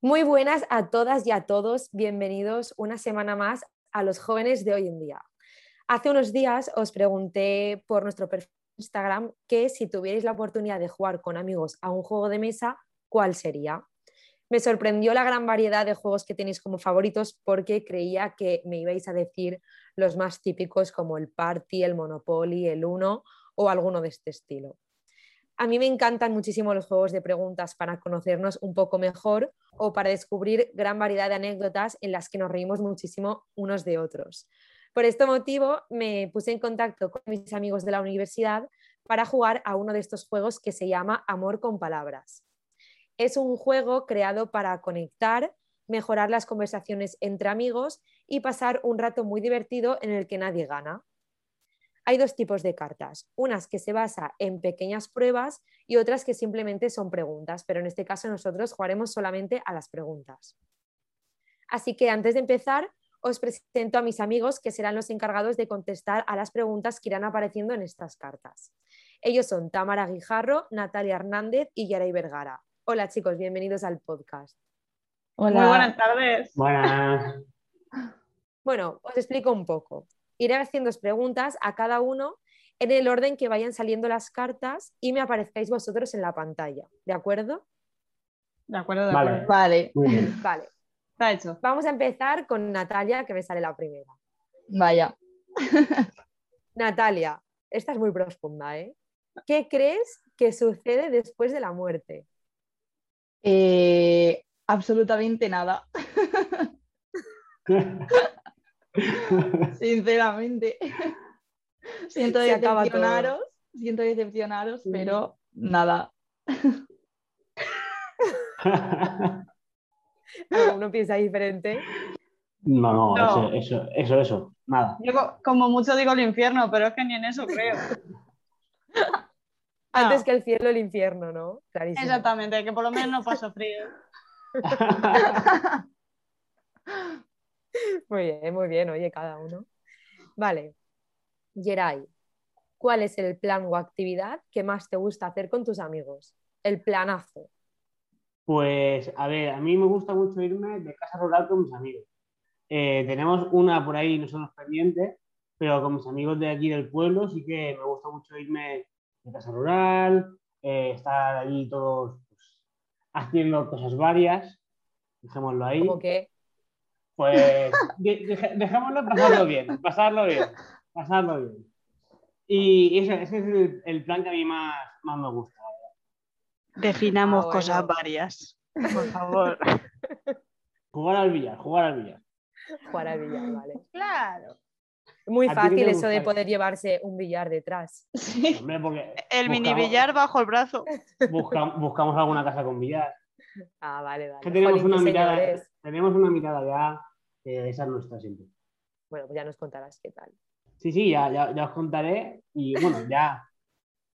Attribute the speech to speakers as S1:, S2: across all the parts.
S1: Muy buenas a todas y a todos. Bienvenidos una semana más a los jóvenes de hoy en día. Hace unos días os pregunté por nuestro perfil de Instagram que si tuvierais la oportunidad de jugar con amigos a un juego de mesa, ¿cuál sería? Me sorprendió la gran variedad de juegos que tenéis como favoritos porque creía que me ibais a decir los más típicos como el Party, el Monopoly, el Uno o alguno de este estilo. A mí me encantan muchísimo los juegos de preguntas para conocernos un poco mejor o para descubrir gran variedad de anécdotas en las que nos reímos muchísimo unos de otros. Por este motivo me puse en contacto con mis amigos de la universidad para jugar a uno de estos juegos que se llama Amor con Palabras. Es un juego creado para conectar, mejorar las conversaciones entre amigos y pasar un rato muy divertido en el que nadie gana hay dos tipos de cartas, unas que se basa en pequeñas pruebas y otras que simplemente son preguntas, pero en este caso nosotros jugaremos solamente a las preguntas. Así que antes de empezar, os presento a mis amigos que serán los encargados de contestar a las preguntas que irán apareciendo en estas cartas. Ellos son Tamara Guijarro, Natalia Hernández y Yaray Vergara. Hola chicos, bienvenidos al podcast.
S2: Hola. Muy buenas tardes.
S3: Buenas.
S1: Bueno, os explico un poco iré haciendo preguntas a cada uno en el orden que vayan saliendo las cartas y me aparezcáis vosotros en la pantalla. ¿De acuerdo?
S2: De acuerdo, de acuerdo.
S4: Vale.
S1: Vale. vale.
S2: Está hecho.
S1: Vamos a empezar con Natalia, que me sale la primera.
S4: Vaya.
S1: Natalia, esta es muy profunda, ¿eh? ¿Qué crees que sucede después de la muerte?
S4: Eh, absolutamente nada. Sinceramente. siento decepcionaros, siento decepcionaros, sí. pero nada.
S1: ¿Alguno piensa diferente?
S3: No, no, no. Eso, eso, eso, eso, nada.
S2: Yo como mucho digo el infierno, pero es que ni en eso creo. Ah.
S1: Antes no. que el cielo, el infierno, ¿no? Clarísimo.
S2: Exactamente, que por lo menos no paso frío.
S1: Muy bien, muy bien, oye, cada uno. Vale. Geray, ¿cuál es el plan o actividad que más te gusta hacer con tus amigos? El planazo.
S3: Pues, a ver, a mí me gusta mucho irme de casa rural con mis amigos. Eh, tenemos una por ahí, no somos pendientes, pero con mis amigos de aquí del pueblo sí que me gusta mucho irme de casa rural, eh, estar allí todos pues, haciendo cosas varias, dejémoslo ahí.
S1: ¿Cómo qué?
S3: Pues dej dejémoslo pasarlo bien, pasarlo bien, pasarlo bien. Y ese, ese es el, el, plan que a mí más, más me gusta.
S2: Definamos ah, bueno. cosas varias, por favor.
S3: Jugar al billar, jugar al billar.
S1: Jugar al billar, vale.
S2: Claro.
S1: Muy fácil eso de poder llevarse un billar detrás.
S2: Sí. Hombre, porque el buscamos, mini billar bajo el brazo.
S3: Busca buscamos alguna casa con billar.
S1: Ah, vale, vale.
S3: Que tenemos, Jolín, una mirada, tenemos una mirada ya eh, esa no está siempre.
S1: Bueno, pues ya nos contarás qué tal.
S3: Sí, sí, ya, ya, ya os contaré y bueno, ya,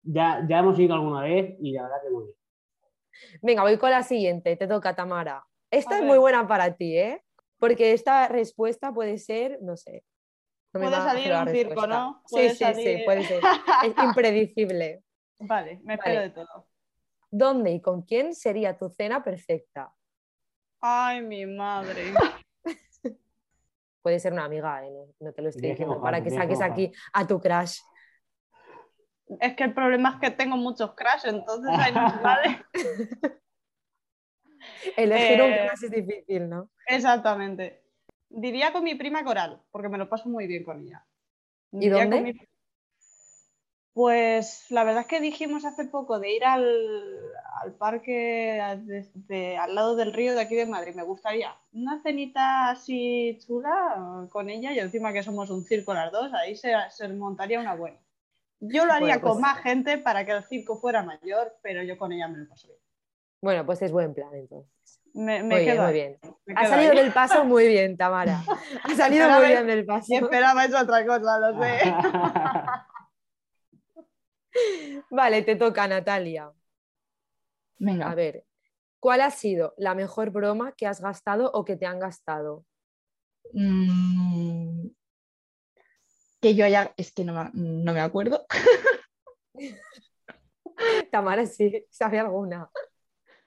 S3: ya, ya, hemos ido alguna vez y la verdad que muy bien.
S1: Venga, voy con la siguiente, te toca Tamara. Esta es muy buena para ti, ¿eh? Porque esta respuesta puede ser, no sé.
S2: No puede salir un circo, ¿no?
S1: Sí, sí, salir... sí, puede ser. Es impredecible.
S2: Vale, me espero vale. de todo.
S1: ¿Dónde y con quién sería tu cena perfecta?
S2: Ay, mi madre.
S1: puede ser una amiga, ¿eh? no, te lo estoy diciendo, mojar, para que saques mojar. aquí a tu crush.
S2: Es que el problema es que tengo muchos crush, entonces ay, no, vale.
S1: Elegir eh, un crush es difícil, ¿no?
S2: Exactamente. Diría con mi prima Coral, porque me lo paso muy bien con ella.
S1: Diría ¿Y dónde? Mi...
S2: Pues la verdad es que dijimos hace poco de ir al, al parque de, de, al lado del río de aquí de Madrid. Me gustaría una cenita así chula con ella y encima que somos un circo las dos, ahí se, se montaría una buena. Yo lo haría bueno, pues, con más gente para que el circo fuera mayor, pero yo con ella me lo pasaría.
S1: Bueno, pues es buen plan entonces.
S2: Me, me
S1: Muy bien,
S2: quedo
S1: muy
S2: ahí,
S1: bien.
S2: me
S1: Ha
S2: quedo
S1: salido
S2: ahí.
S1: del paso muy bien, Tamara. Ha salido muy
S2: Espera, a ver.
S1: bien del paso.
S2: Esperaba eso otra cosa, lo sé.
S1: Vale, te toca, Natalia. A
S4: Venga,
S1: ver, ¿cuál ha sido la mejor broma que has gastado o que te han gastado?
S4: mm, que yo haya, es que no me, no me acuerdo.
S1: Tamara sí, sabe alguna.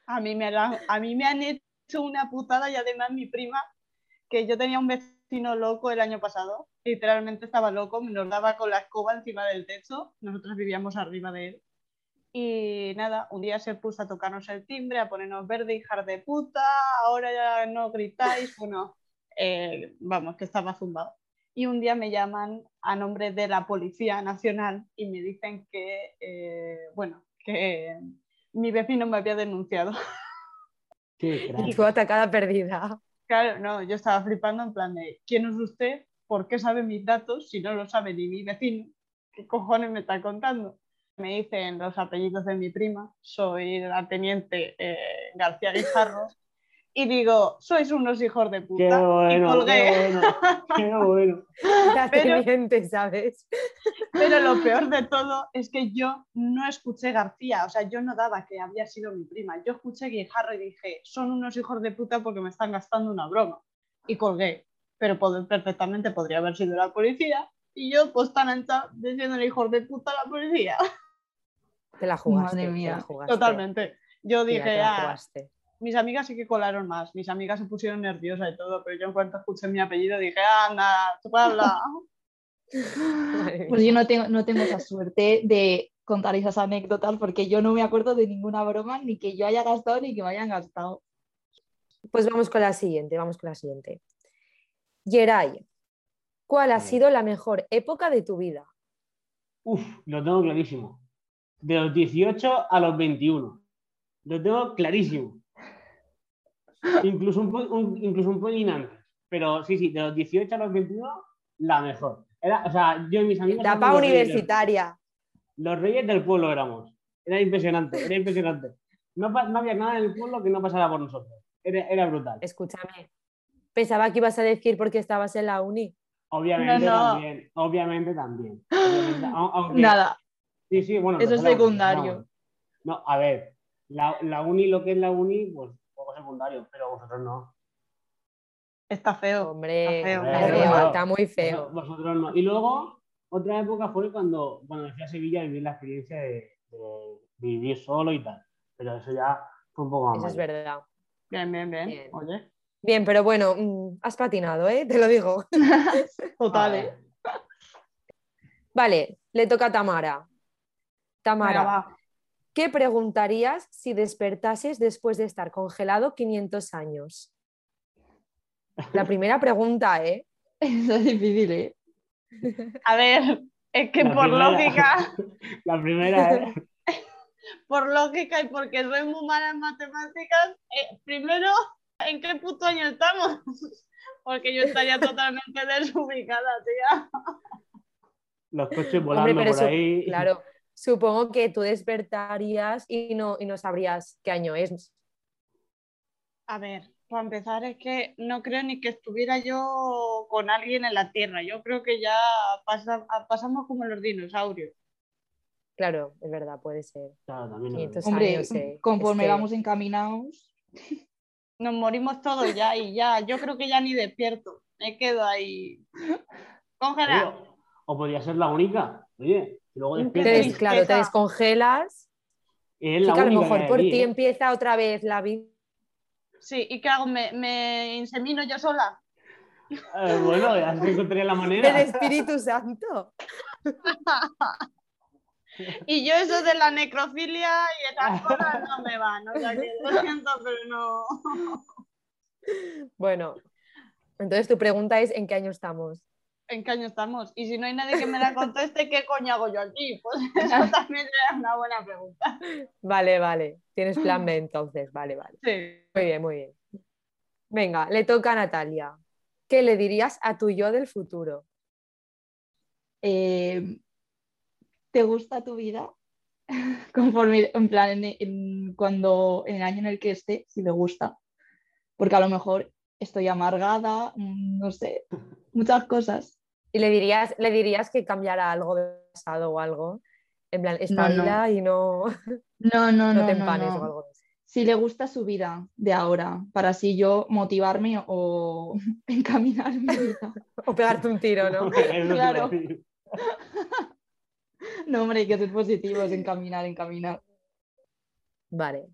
S2: A mí, me la- a mí me han hecho una putada y además mi prima, que yo tenía un vecino loco el año pasado, literalmente estaba loco, nos daba con la escoba encima del techo, nosotros vivíamos arriba de él. Y nada, un día se puso a tocarnos el timbre, a ponernos verde, hijas de puta, ahora ya no gritáis, bueno, eh, vamos, que estaba zumbado. Y un día me llaman a nombre de la Policía Nacional y me dicen que, eh, bueno, que mi vecino me había denunciado.
S3: Qué crack.
S1: Y fue atacada perdida.
S2: Claro, no, yo estaba flipando en plan de ¿quién es usted? ¿Por qué sabe mis datos si no lo sabe ni mi vecino? ¿Qué cojones me está contando? Me dicen los apellidos de mi prima, soy la teniente eh, García Guijarro, y digo, sois unos hijos de
S3: Qué
S2: puta. y
S3: bueno,
S2: colgué.
S3: qué bueno, qué bueno.
S1: La
S2: Pero-
S1: teniente, ¿sabes?
S2: Pero lo peor de todo es que yo no escuché García, o sea, yo no daba que había sido mi prima. Yo escuché Guijarro y dije, son unos hijos de puta porque me están gastando una broma. Y colgué. Pero pod- perfectamente podría haber sido la policía. Y yo, pues tan ancha, diciendo el hijo de puta a la policía.
S1: Te la jugaste.
S4: Madre
S1: te la
S4: mía.
S1: jugaste.
S2: Totalmente. Yo
S1: Mira, te
S2: dije,
S1: la
S2: "Ah,
S1: jugaste.
S2: mis amigas sí que colaron más. Mis amigas se pusieron nerviosas y todo, pero yo en cuanto escuché mi apellido dije, anda, chupadla.
S1: Madre mía.
S4: Pues yo no tengo, no tengo esa suerte de contar esas anécdotas porque yo no me acuerdo de ninguna broma, ni que yo haya gastado ni que me hayan gastado.
S1: Pues vamos con la siguiente, vamos con la siguiente. Geray, ¿cuál ha
S3: Vale.
S1: sido la mejor época de tu vida?
S3: Uf, lo tengo clarísimo. De los 18 a los 21. Lo tengo clarísimo. Incluso un, po- un- incluso un pelín antes. Pero sí, sí, de los 18 a los 21, la mejor. Era, o sea, yo y mis amigos.
S1: La
S3: éramos
S1: PA
S3: los reyes del-
S1: universitaria.
S3: Los reyes del pueblo éramos. Era impresionante, era impresionante. No, pa- no había nada en el pueblo que no pasara por nosotros. Era, era brutal.
S1: Escúchame. Pensaba que ibas a decir porque estabas en la uni.
S3: Obviamente
S4: No, no.
S3: también. Obviamente también. Obviamente, au- aunque-
S4: Nada,
S3: Sí, sí, bueno.
S4: Eso es
S3: empezamos,
S4: secundario.
S3: empezamos. No, a ver, la, la uni, lo que es la uni, pues un poco secundario, pero vosotros no.
S2: Está feo.
S1: Hombre,
S2: Está feo,
S1: está,
S3: claro,
S1: feo,
S3: claro.
S1: está muy
S3: Vos-
S1: feo.
S3: Vosotros no. Y luego, otra época fue cuando, cuando me fui a Sevilla a vivir la experiencia de, de vivir solo y tal. Pero eso ya fue un poco más
S1: Eso es
S3: mayor.
S1: verdad.
S2: Bien, bien, bien.
S1: Bien.
S2: Oye,
S1: Bien, pero bueno, mm, has patinado, ¿eh? Te lo digo.
S2: total,
S3: Ah,
S2: ¿eh?
S1: Vale, le toca a Tamara. Tamara,
S2: Venga, va.
S1: ¿qué preguntarías si despertases después de estar congelado 500 años? La primera pregunta, ¿eh?
S4: eso es difícil, ¿eh?
S2: A ver, es que
S3: La
S2: por
S3: primera.
S2: lógica...
S3: La primera ¿eh?
S2: por lógica y porque soy muy mala en matemáticas, eh, primero, ¿en qué puto año estamos? Porque yo estaría totalmente desubicada, tía.
S3: los coches volando
S1: pero
S3: por
S1: eso-
S3: ahí.
S1: Claro, supongo que tú despertarías y no, y no sabrías qué año es.
S2: A ver, para empezar es que no creo ni que estuviera yo con alguien en la Tierra. Yo creo que ya pasa- pasamos como los dinosaurios.
S1: Claro, es verdad, puede ser.
S3: Claro, también. lo
S1: Y
S3: creo.
S1: entonces-
S4: Hombre,
S1: años, eh.
S4: conforme
S1: Es que-
S4: vamos encaminados,
S2: Nos morimos todos ya y ya. Yo creo que ya ni despierto. Me quedo ahí. Congelado.
S3: Oye, o podría ser la única. Oye, y luego
S2: Qué
S1: Te
S3: despiertas.
S1: des-
S2: tristeza.
S1: claro, te descongelas.
S3: Es
S1: Sí,
S3: la
S1: que a lo
S3: única
S1: mejor
S3: que
S1: por
S3: hay,
S1: ti
S3: ¿eh?
S1: empieza otra vez la vida.
S2: Sí, ¿y qué hago? ¿Me, me insemino yo sola?
S3: Eh, bueno, ya se encontraría la manera.
S1: del Espíritu Santo.
S2: Y yo eso de la necrofilia y esas cosas no me van, o sea que lo siento, pero no.
S1: Bueno, entonces tu pregunta es ¿en qué año estamos?
S2: ¿En qué año estamos? Y si no hay nadie que me la conteste, ¿qué coño hago yo aquí? Pues eso también era una buena pregunta.
S1: Vale, vale. Tienes plan B entonces. Vale, vale.
S2: Sí.
S1: Muy bien, muy bien. Venga, le toca a Natalia. ¿Qué le dirías a tu yo del futuro?
S4: eh, ¿te gusta tu vida? Conforme, en plan, en, en- cuando en el año en el que esté, si te gusta. porque a lo mejor estoy amargada, mm, no sé, muchas cosas.
S1: ¿Y le dirías, le dirías que cambiara algo del pasado o algo? En plan,
S4: No, no.
S1: espabila y no,
S4: No, no, no.
S1: no te
S4: no,
S1: empanes
S4: no.
S1: o algo así.
S4: Si le gusta su vida de ahora, para así yo motivarme o encaminar mi vida.
S1: O pegarte un tiro, ¿no?
S4: Claro. No, hombre, hay que ser positivos, encaminar, encaminar.
S1: Vale.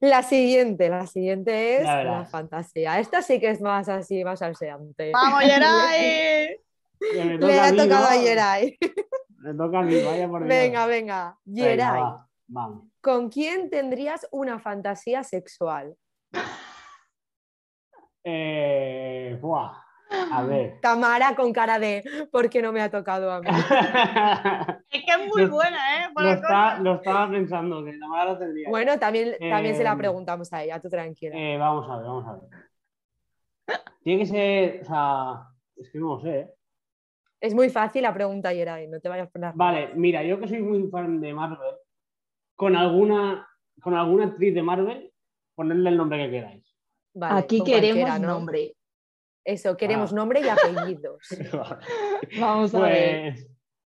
S1: La siguiente, la siguiente es
S3: Ya
S1: la,
S3: verás. Ah,
S1: fantasía. Esta sí que es más así, más alseante.
S2: ¡Vamos, Yeray!
S1: Le ha tocado a
S3: Yeray.
S1: Yeray.
S3: Me toca a mí, vaya por Dios.
S1: Venga, venga.
S3: Venga,
S1: Yeray,
S3: va, Vamos.
S1: ¿con quién tendrías una fantasía sexual?
S3: Eh, buah, a ver.
S1: Tamara con cara de ¿por qué no me ha tocado a mí?
S2: Es que es muy buena, ¿eh? Por
S3: lo,
S2: la
S3: está-
S2: coña.
S3: lo estaba pensando, que la mala lo tendría.
S1: Bueno, también, también se la
S3: Eh,
S1: preguntamos a ella, tú tranquila.
S3: Eh, vamos a ver, vamos a ver. Tiene que ser, o sea, es que no lo sé. ¿eh?
S1: Es muy fácil la pregunta, Yeray, no te vayas a poner.
S3: Vale, mira, yo que soy muy fan de Marvel, con alguna, con alguna actriz de Marvel, ponerle el nombre que queráis.
S1: Vale,
S4: Aquí
S1: con
S4: queremos
S1: cualquiera, ¿no?
S4: nombre.
S1: Eso, queremos
S3: Ah.
S1: nombre y apellidos.
S4: Vamos a ver.
S3: Pues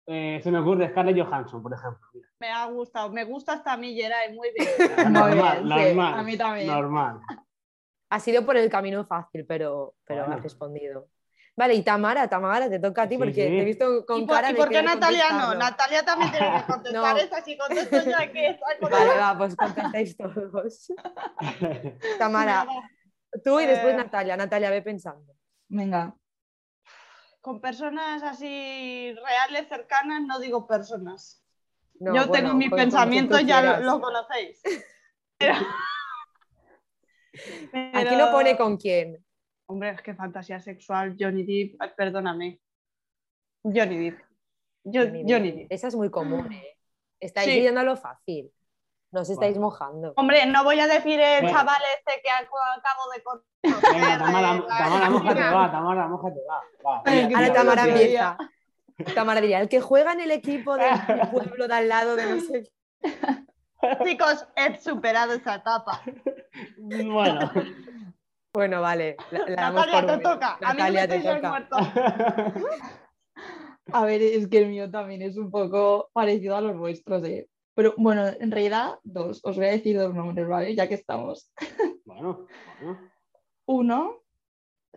S3: eh, se me ocurre Scarlett Johansson, por ejemplo. Mira,
S2: Me ha gustado, me gusta hasta a mí, Yeray, muy bien.
S4: Muy
S3: normal,
S4: bien, sí,
S3: normal.
S4: a mí también.
S3: Normal.
S1: Ha sido por el camino fácil, pero, pero
S3: Bueno.
S1: has respondido. Vale, y Tamara, Tamara, te toca a ti
S3: Sí,
S1: porque
S3: sí.
S1: te he visto con
S2: ¿Y por,
S1: cara
S2: y
S1: de
S2: por qué
S1: querer
S2: Natalia no?
S1: contestar,
S2: Natalia también tiene que contestar
S1: No.
S2: esta. Si contesto yo aquí, está con
S1: Vale, va, pues contestáis todos. Tamara, tú y después
S2: Eh.
S1: Natalia. Natalia, ve pensando.
S4: Venga.
S2: Con personas así reales, cercanas, no digo personas.
S1: No,
S2: yo
S1: bueno,
S2: tengo mis
S1: con- con
S2: pensamientos,
S1: quien tú
S2: ya lo,
S1: quieras.
S2: lo conocéis. Pero-
S1: Aquí
S2: Pero-
S1: no pone con quién.
S2: Hombre, es que fantasía sexual, Johnny Depp, ay, perdóname. Johnny Depp. Yo- Johnny, Depp.
S1: Esa es muy común, ¿eh? Estáis
S2: Sí.
S1: yendo a lo fácil. No os estáis
S3: Bueno.
S1: mojando.
S2: Hombre, no voy a decir el
S3: Bueno.
S2: chaval este que acabo de conocer.
S3: Venga, Tamara, Tamara, mójate, va, Tamara, mójate, va. va.
S4: Ay, que
S1: Ahora
S4: sí,
S1: Tamara
S4: sí.
S1: empieza. Tamara diría, el que juega en el equipo del pueblo de al lado de no sé qué.
S2: Chicos, he superado esa etapa.
S3: Bueno.
S1: Bueno, vale. la- la damos
S2: Natalia,
S1: por
S2: te
S1: buena.
S2: toca. A mí no
S1: Natalia,
S2: me
S1: te
S2: te el
S1: toca.
S2: muerto.
S4: A ver, es que el mío también es un poco parecido a los vuestros, ¿eh? Pero bueno, en realidad dos. Os voy a decir dos nombres, ¿vale? Ya que estamos.
S3: Bueno, bueno.
S4: Uno,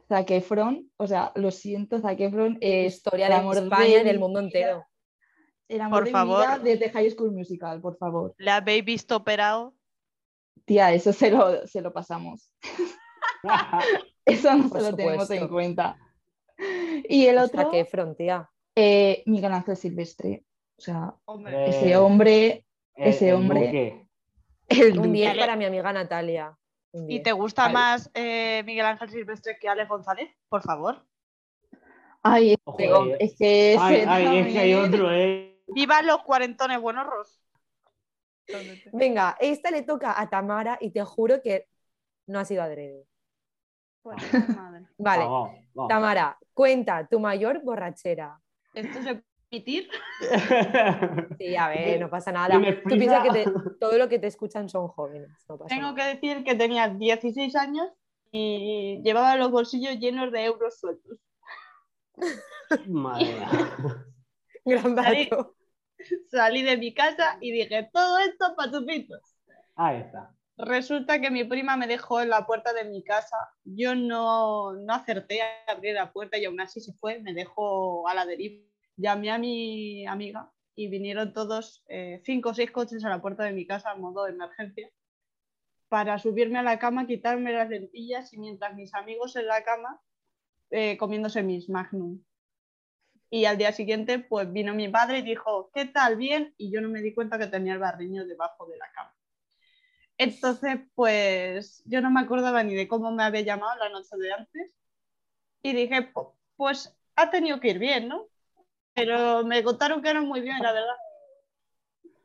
S4: Zac Efron. O sea, lo siento, Zac Efron es
S1: Eh, Historia
S4: el
S1: de
S4: amor
S1: España y
S4: de
S1: del
S4: mi
S1: mundo
S4: vida.
S1: entero.
S4: el amor
S2: Por
S4: de mi
S2: favor.
S4: vida desde High School Musical, por favor.
S2: ¿La habéis visto operado?
S4: Tía, eso se lo, se lo pasamos. Eso no
S1: Por
S4: se lo tenemos en
S1: supuesto.
S4: cuenta. Y el
S1: Hasta
S4: otro,
S1: que frontía.
S4: eh, Miguel Ángel Silvestre. O sea,
S2: Hombre.
S3: Eh,
S4: ese hombre,
S3: El-
S4: ese
S3: el
S4: hombre.
S3: duque.
S4: el
S1: Un
S4: duque.
S1: 10 para mi amiga Natalia. Un
S2: ¿Y
S1: 10.
S2: te gusta
S4: Vale.
S2: más eh, Miguel Ángel Silvestre que Alex González? Por favor.
S4: Ay, este
S3: Ojo, eh.
S4: hombre, es que ese
S3: Ay, ay, es que hay
S4: también.
S3: otro, eh.
S2: Viva los cuarentones buenos, Ros. pues,
S1: Venga, esta le toca a Tamara y te juro que no ha sido adrede.
S2: Pues, madre.
S1: Vale,
S3: Vamos, vamos.
S1: Tamara, cuenta tu mayor borrachera.
S2: ¿Esto se puede emitir?
S1: Sí, a ver, Eh, no pasa nada.
S3: Tienes
S1: Tú piensas que
S3: prisa.
S1: te- todo lo que te escuchan son jóvenes. No pasa
S2: Tengo
S1: nada.
S2: que decir que tenía 16 años y llevaba los bolsillos llenos de euros sueltos.
S3: Madre mía.
S1: Gran dato.
S2: Salí de mi casa y dije, todo esto para tus pitos.
S3: Ahí está.
S2: Resulta que mi prima me dejó en la puerta de mi casa. Yo no, no acerté a abrir la puerta y aún así se fue, me dejó a la deriva. Llamé a mi amiga y vinieron todos, eh, cinco o seis coches a la puerta de mi casa a modo de emergencia para subirme a la cama, quitarme las lentillas y mientras mis amigos en la cama eh, comiéndose mis magnum. Y al día siguiente pues vino mi padre y dijo, ¿qué tal? Bien. Y yo no me di cuenta que tenía el barriño debajo de la cama. Entonces, pues yo no me acordaba ni de cómo me había llamado la noche de antes. Y dije, "Po- pues ha tenido que ir bien, ¿no? Pero me contaron que era muy bien, la verdad.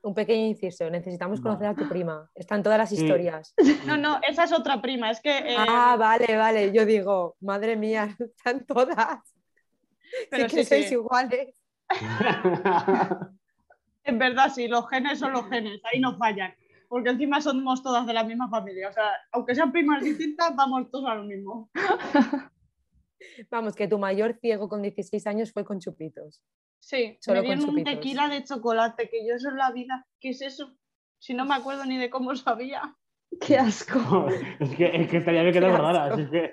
S1: Un pequeño inciso. Necesitamos
S3: Vale.
S1: conocer a tu prima. Están todas las
S3: Sí.
S1: historias.
S2: No, no, esa es otra prima, es que... eh,
S1: Ah, vale, vale. Yo digo, madre mía, están todas.
S2: pero
S1: sí que
S2: sí,
S1: sois
S2: sí.
S1: iguales.
S2: En verdad, sí, los genes son los genes, ahí no fallan. porque encima somos todas de la misma familia. O sea, aunque sean primas distintas, vamos todos a lo mismo.
S1: Vamos, que tu mayor ciego con 16 años fue con chupitos.
S2: Sí,
S1: Solo
S2: me
S1: con
S2: dieron un
S1: chupitos.
S2: tequila de chocolate, que yo eso es la vida. ¿Qué es eso? Si no me acuerdo ni de cómo sabía.
S4: Qué asco.
S3: es, que, es que estaría bien que te
S1: Qué
S3: acordaras.
S1: asco.
S3: Es que...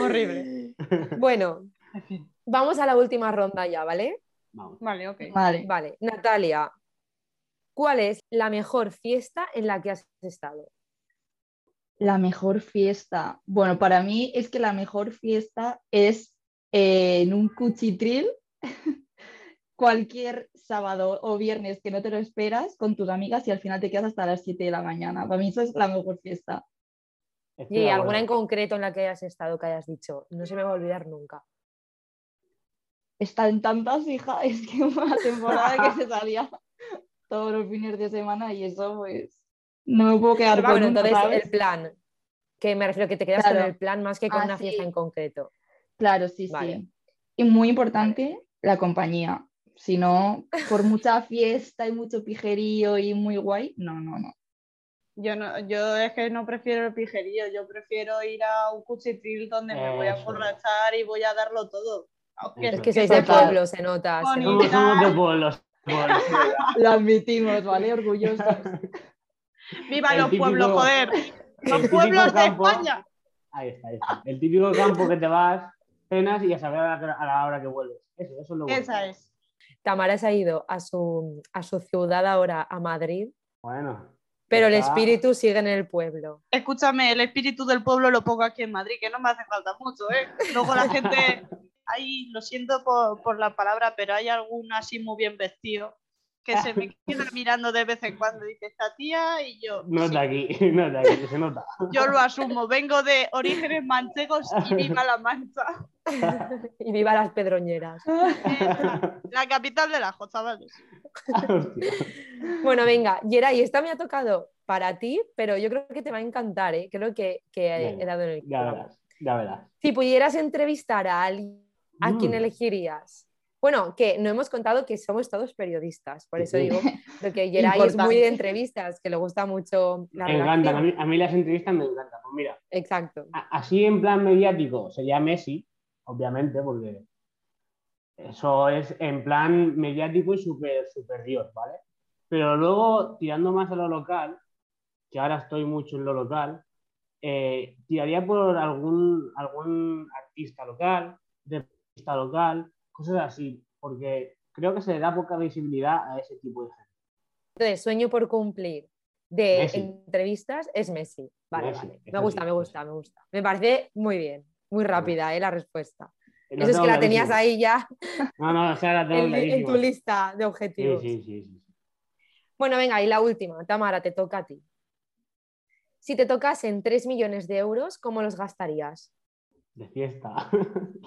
S2: Horrible.
S1: Bueno,
S2: En fin,
S1: vamos a la última ronda ya, ¿vale?
S3: Vamos.
S2: Vale, ok.
S4: Vale.
S1: Vale, Natalia, ¿cuál es la mejor fiesta en la que has estado?
S4: La mejor fiesta. Bueno, para mí es que la mejor fiesta es eh, en un cuchitril cualquier sábado o viernes que no te lo esperas con tus amigas y al final te quedas hasta las 7 de la mañana. Para mí eso es la mejor fiesta.
S3: Estoy
S1: Y
S3: de
S1: alguna en
S3: acuerdo.
S1: concreto en la que hayas estado, que hayas dicho, no se me va a olvidar nunca.
S4: Están tantas, hija, es que una temporada que se salía todos los fines de semana y eso pues no me puedo quedar con
S1: Pues Bueno,
S4: una,
S1: entonces
S4: ¿sabes?
S1: el plan, que me refiero que te quedas con
S4: Claro.
S1: el plan más que con
S4: Ah,
S1: una
S4: sí.
S1: fiesta en concreto.
S4: Claro, sí,
S1: Vale.
S4: sí. Y muy importante, la compañía. Si no, por mucha fiesta y mucho pijerío y muy guay, no, no, no.
S2: Yo, no, yo es que no prefiero el pijerío, yo prefiero ir a un cuchitril donde me voy a
S3: Eso.
S2: emborrachar y voy a darlo todo. Aunque
S3: Eso.
S1: Es que sois de
S4: Total.
S1: pueblo, se nota. se
S2: Bonito.
S1: nota.
S3: Somos, somos de pueblos. pueblos.
S4: Lo admitimos, ¿vale? Orgullosos.
S2: ¡Viva
S3: El
S2: los
S3: típico-
S2: pueblos, joder!
S3: El
S2: ¡Los
S3: típico
S2: pueblos de
S3: campo-
S2: España!
S3: Ahí está, ahí está. El típico campo que te vas, cenas y a saber a la, hora- a la hora que vuelves. Eso, eso es lo bueno.
S2: Esa es.
S1: Tamara se ha ido a su, a su ciudad ahora, a Madrid,
S3: Bueno.
S1: pero el
S3: está.
S1: espíritu sigue en el pueblo.
S2: Escúchame, el espíritu del pueblo lo pongo aquí en Madrid, que no me hace falta mucho, ¿eh? Luego la gente, ahí, lo siento por, por la palabra, pero hay alguno así muy bien vestido que se me queda mirando de vez en cuando y dice, esta tía y yo.
S3: No
S2: sí,
S3: está aquí, no está aquí, que se nota.
S2: yo lo asumo, vengo de orígenes manchegos y viva la mancha.
S1: Y viva las pedroñeras.
S2: Esa, La capital del ajo, chavales.
S3: Hostia.
S1: Bueno, venga, Yeray, esta me ha tocado para ti, pero yo creo que te va a encantar, ¿eh? Creo que, que he- he
S3: Venga,
S1: dado en el
S3: Ya
S1: clavo.
S3: verás, ya verás.
S1: Si pudieras entrevistar a alguien, ¿a quién
S3: Mm.
S1: elegirías? Bueno, que no hemos contado que somos todos periodistas, por
S3: Sí,
S1: eso
S3: sí.
S1: digo lo que Yeray es muy de
S4: Importante.
S1: entrevistas, que le gusta mucho la
S3: Me encantan, a
S1: redacción.
S3: mí, a mí las entrevistas me encantan. Pues mira,
S1: Exacto.
S3: a- así en plan mediático sería Messi, obviamente, porque eso es en plan mediático y súper super Dios, ¿vale? Pero luego, tirando más a lo local, que ahora estoy mucho en lo local, eh, tiraría por algún, algún artista local, deportista local, cosas así, porque creo que se le da poca visibilidad a ese tipo de gente.
S1: Entonces, sueño por cumplir de
S3: Messi.
S1: entrevistas es Messi. Vale,
S3: Messi,
S1: vale. Me
S3: eso
S1: gusta,
S3: sí,
S1: me
S3: eso
S1: gusta, me gusta. Me parece muy bien, muy rápida eh, la respuesta.
S3: Lo
S1: Eso es
S3: tengo
S1: que la tenías
S3: clarísimo.
S1: ahí ya
S3: No, no, o sea, la tengo
S1: en, en
S3: clarísimo.
S1: tu lista de objetivos.
S3: Sí, sí, sí, sí.
S1: Bueno, venga, y la última, Tamara, te toca a ti. Si te tocasen 3 millones de euros, ¿cómo los gastarías?
S3: De fiesta.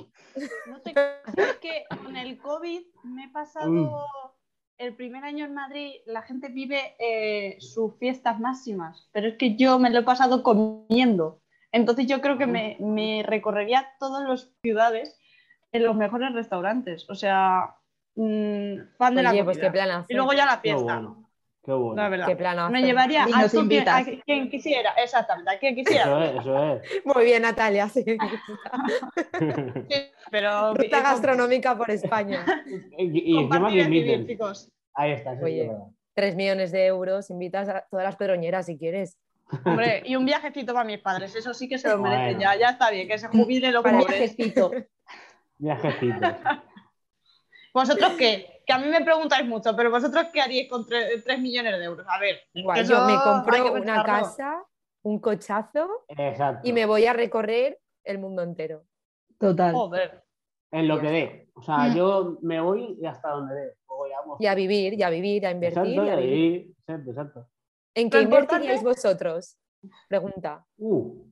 S2: No te es que con el COVID me he pasado el primer año en Madrid, la gente vive eh, sus fiestas máximas, pero es que yo me lo he pasado comiendo. Entonces yo creo que me, me recorrería todas las ciudades en los mejores restaurantes. O sea, mm, fan de la
S1: Oye, pues
S2: comida.
S1: qué planazo.
S2: Y luego ya la
S3: Qué
S2: fiesta.
S3: bueno. Qué bueno.
S2: La verdad.
S1: Qué planazo.
S2: Me llevaría
S4: Y
S2: a,
S4: nos
S2: tú quien-
S4: invitas.
S2: a quien quisiera, exactamente, a quien quisiera.
S3: Eso es, eso es.
S1: Muy bien, Natalia. sí.
S2: Sí, pero
S1: Ruta gastronómica por España.
S3: y y encima que
S2: compartir es vivir,
S3: inviten.
S2: chicos.
S3: Ahí está, eso
S1: Oye.
S3: es verdad.
S1: 3 millones de euros, invitas a todas las pedroñeras si quieres.
S2: Hombre, y un viajecito para mis padres, eso sí que se lo
S3: Bueno.
S2: merecen ya, ya está bien, que se jubile los
S4: Un
S2: pobres.
S4: viajecito.
S3: Viajecitos.
S2: ¿Vosotros qué? Que a mí me preguntáis mucho, pero ¿vosotros qué haríais con 3 millones de euros? A ver,
S1: Guay,
S2: eso
S1: yo me
S2: hay que
S1: compro una
S2: pensarlo.
S1: casa, un cochazo
S3: Exacto.
S1: y me voy a recorrer el mundo entero.
S4: Total.
S2: Joder,
S3: En lo que dé. O sea,
S4: Mm.
S3: yo me voy y hasta donde dé. Luego ya vamos.
S1: Y a vivir, y a vivir, a invertir.
S3: Exacto,
S1: y a
S3: y
S1: vivir.
S3: ahí- Exacto, exacto.
S1: ¿En qué
S2: Lo importante-
S1: invertiríais vosotros? Pregunta.
S3: Uh.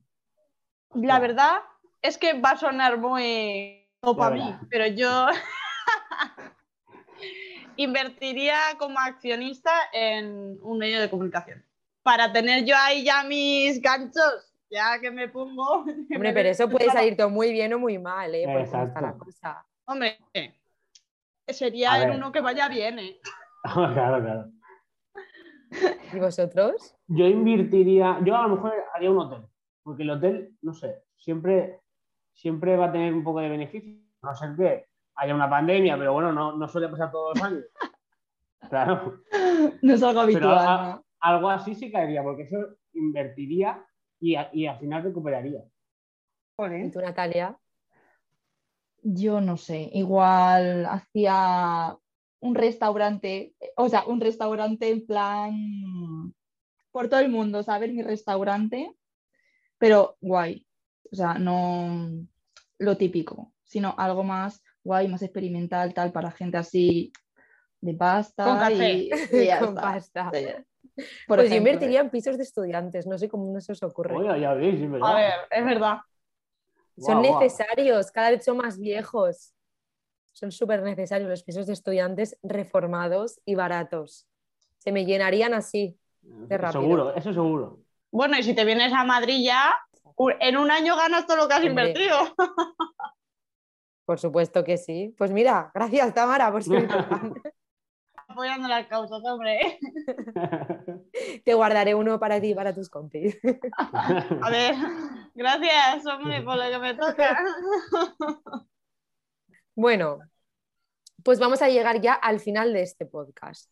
S2: la verdad es que va a sonar muy top
S3: La
S2: a mí,
S3: verdad.
S2: pero yo invertiría como accionista en un medio de comunicación. Para tener yo ahí ya mis ganchos, ya que me pongo.
S1: Hombre, pero eso puede salir todo muy bien o muy mal, ¿eh? Por cómo está la
S3: Exacto.
S1: cosa.
S2: Hombre,
S3: A
S2: sería en
S3: ver.
S2: uno que vaya bien, ¿eh?
S3: claro, claro.
S1: ¿Y vosotros?
S3: Yo invertiría, yo a lo mejor haría un hotel, porque el hotel, no sé, siempre, siempre va a tener un poco de beneficio, a no ser que haya una pandemia, pero bueno, no, no suele pasar todos los años. Claro.
S4: No es algo
S3: Pero
S4: habitual.
S3: a-
S4: ¿no?
S3: algo así sí caería, porque eso invertiría y, a- y al final recuperaría.
S1: ¿Y
S2: Jolín.
S1: tú, Natalia?
S4: Yo no sé, igual hacía un restaurante, o sea, un restaurante en plan por todo el mundo, saber mi restaurante, pero guay, o sea, no lo típico, sino algo más guay, más experimental, tal, para gente así de pasta.
S2: Con café.
S4: y- y ya
S1: Con
S4: está.
S1: pasta.
S4: Sí. Por
S1: Pues yo
S4: ejemplo,
S2: eh.
S1: invertiría en pisos de estudiantes, no sé cómo no se os ocurre.
S3: Oye, ya veis, es verdad.
S2: A ver, es verdad.
S1: Son
S3: Guau, guau.
S1: necesarios, cada vez son más viejos. Son súper necesarios los pisos de estudiantes reformados y baratos. Se me llenarían así. de rápido.
S3: Seguro, eso seguro.
S2: Bueno, y si te vienes a Madrid ya, u- en un año ganas todo lo que has
S1: Hombre.
S2: invertido.
S1: Por supuesto que sí. Pues mira, gracias Tamara por ser mi fan.
S2: Apoyando las causas, hombre.
S1: Te guardaré uno para ti y para tus compis.
S2: A ver, gracias, hombre, por lo que me toca.
S1: Bueno, pues vamos a llegar ya al final de este podcast.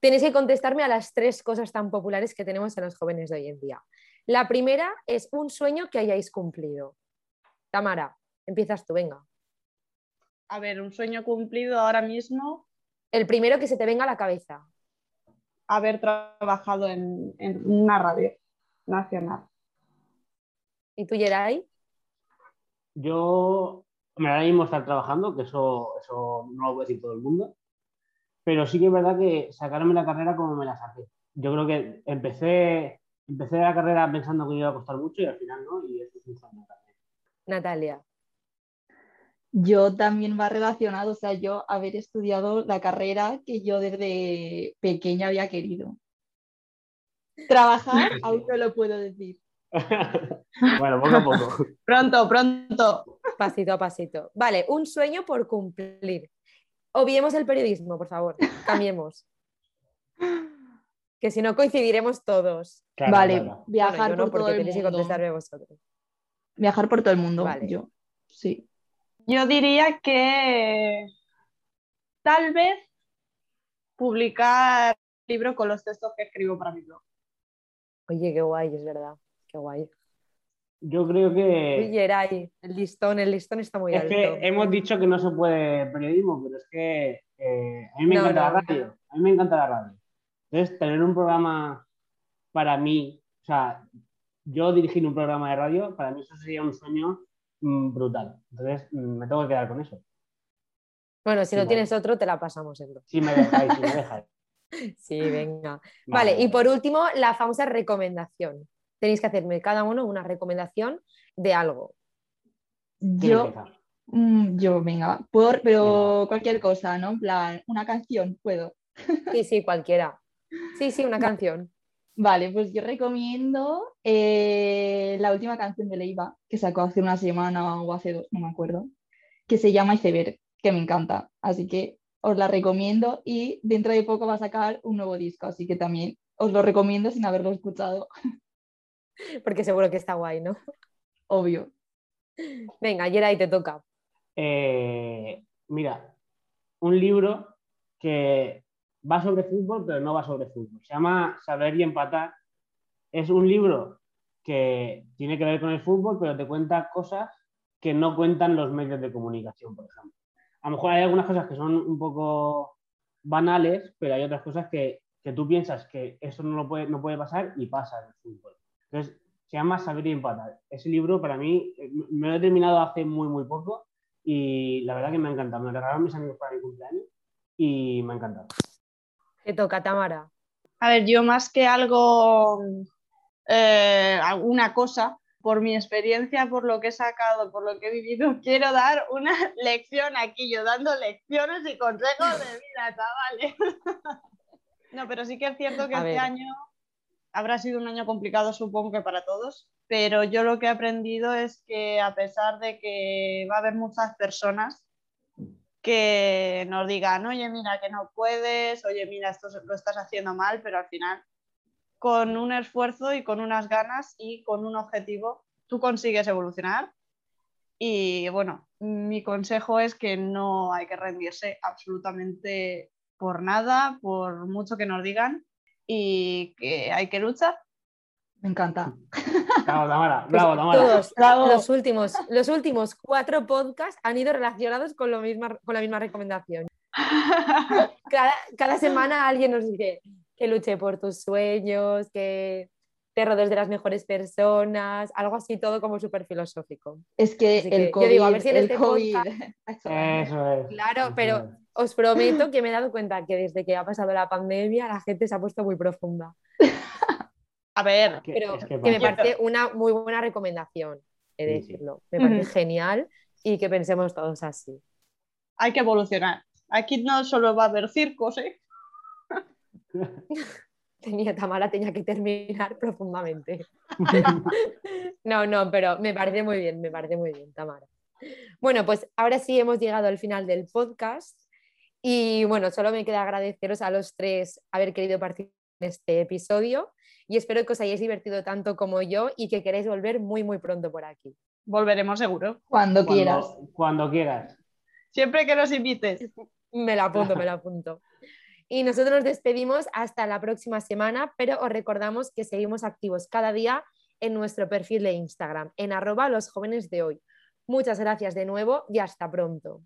S1: Tenéis que contestarme a las tres cosas tan populares que tenemos en los jóvenes de hoy en día. La primera es un sueño que hayáis cumplido. Tamara, empiezas tú, venga.
S2: A ver, un sueño cumplido ahora mismo,
S1: El primero que se te venga a la cabeza.
S2: haber trabajado en, en una radio nacional.
S1: ¿Y tú, Geray?
S3: Yo, me ahora mismo estar trabajando, que eso, eso no lo puede decir todo el mundo, pero sí que es verdad que sacarme la carrera como me la saqué. Yo creo que empecé, empecé la carrera pensando que me iba a costar mucho y al final no, y eso es un sueño también.
S1: Natalia.
S4: Yo también va relacionado, o sea, yo haber estudiado la carrera que yo desde pequeña había querido. Trabajar, aún no lo puedo decir.
S3: bueno, poco a poco.
S2: Pronto, pronto.
S1: Pasito a pasito. Vale, un sueño por cumplir. Obviemos el periodismo, por favor. Cambiemos. que si no coincidiremos todos.
S3: Claro,
S4: vale,
S3: claro.
S4: viajar
S1: Bueno, yo no,
S4: por todo
S1: porque
S4: el
S1: tenéis que
S4: mundo.
S1: contestarme vosotros.
S4: Viajar por todo el mundo,
S1: Vale.
S4: yo. Sí.
S2: Yo diría que tal vez publicar un libro con los textos que escribo para mi blog.
S1: Oye, qué guay, es verdad. Qué guay.
S3: Yo creo que...
S1: Oye, Geray, el listón, el listón está muy
S3: Es
S1: alto.
S3: que hemos dicho que no se puede periodismo, pero es que eh, a mí me
S1: No,
S3: encanta
S1: no,
S3: la radio. A mí me encanta la radio. Entonces, tener un programa para mí, o sea, yo dirigir un programa de radio, para mí eso sería un sueño mm, brutal. Entonces, mm, me tengo que quedar con eso.
S1: Bueno, si
S3: Sí,
S1: no
S3: vale.
S1: tienes otro, te la pasamos entonces.
S3: Si me dejáis, si me dejáis.
S1: Sí, venga. Vale, y por último, la famosa recomendación. Tenéis que hacerme cada uno una recomendación de algo.
S3: ¿Quién
S4: Yo,
S3: empieza?
S4: mm, yo, venga, puedo, pero cualquier cosa, ¿no? En plan, una canción, puedo.
S1: Sí, sí, cualquiera. Sí, sí, una canción.
S4: Vale, pues yo recomiendo eh, la última canción de Leiva, que sacó hace una semana o hace dos, no me acuerdo, que se llama Iceberg, que me encanta. Así que os la recomiendo y dentro de poco va a sacar un nuevo disco, así que también os lo recomiendo sin haberlo escuchado,
S1: Porque seguro que está guay, ¿no?
S4: obvio.
S1: Venga, Geray, te toca.
S3: Eh, mira, un libro que va sobre fútbol, pero no va sobre fútbol. Se llama Saber y empatar. Es un libro que tiene que ver con el fútbol, pero te cuenta cosas que no cuentan los medios de comunicación, por ejemplo. A lo mejor hay algunas cosas que son un poco banales, pero hay otras cosas que, que tú piensas que eso no, lo puede, no puede pasar y pasa en el fútbol. Entonces, se llama Saber y empatar. Ese libro para mí, eh, me- me lo he terminado hace muy, muy poco y la verdad que me ha encantado. Me lo regalaron mis amigos para mi cumpleaños y me ha encantado.
S1: Te toca, Tamara.
S2: A ver, yo más que algo, eh, alguna cosa, por mi experiencia, por lo que he sacado, por lo que he vivido, quiero dar una lección aquí, yo dando lecciones y consejos de vida, chavales. No, pero sí que es cierto que
S1: A
S2: este
S1: ver.
S2: año habrá sido un año complicado, supongo que para todos, pero yo lo que he aprendido es que a pesar de que va a haber muchas personas que nos digan, oye, mira, que no puedes, oye, mira, esto lo estás haciendo mal, pero al final con un esfuerzo y con unas ganas y con un objetivo, tú consigues evolucionar. Y bueno, mi consejo es que no hay que rendirse absolutamente por nada, por mucho que nos digan, y que hay que luchar.
S4: Me encanta.
S3: Bravo, Tamara. Bravo, Tamara.
S1: Pues Todos,
S4: Bravo.
S1: los últimos, los últimos cuatro podcasts han ido relacionados con, lo misma, con la misma recomendación. Cada, cada semana alguien nos dice que luche por tus sueños, que te rodees de las mejores personas, algo así todo como súper filosófico.
S4: Es que
S1: Así que
S4: el
S1: yo
S4: COVID,
S1: digo, a ver si en
S4: el
S1: este
S4: COVID.
S3: Eso es.
S1: Claro,
S3: Eso
S1: pero
S3: es.
S1: os prometo que me he dado cuenta que desde que ha pasado la pandemia la gente se ha puesto muy profunda.
S2: A ver,
S3: Que-
S1: pero
S3: es que
S1: que, me
S3: pasa.
S1: parece una muy buena recomendación, he de
S3: Sí, sí.
S1: decirlo. Me parece
S4: Ujú.
S1: genial y que pensemos todos así.
S2: hay que evolucionar. Aquí no solo va a haber circos, ¿eh?
S1: Tenía Tamara, tenía que terminar profundamente. No, no, pero me parece muy bien, me parece muy bien, Tamara. Bueno, pues ahora sí hemos llegado al final del podcast y bueno, solo me queda agradeceros a los tres haber querido participar en este episodio y espero que os hayáis divertido tanto como yo y que queráis volver muy, muy pronto por aquí.
S2: Volveremos seguro.
S4: Cuando
S3: Cuando-
S4: quieras.
S3: Cuando quieras.
S2: Siempre que nos invites.
S1: Me la apunto, me la apunto. Y nosotros nos despedimos hasta la próxima semana, pero os recordamos que seguimos activos cada día en nuestro perfil de Instagram, en arroba los jóvenes de hoy. Muchas gracias de nuevo y hasta pronto.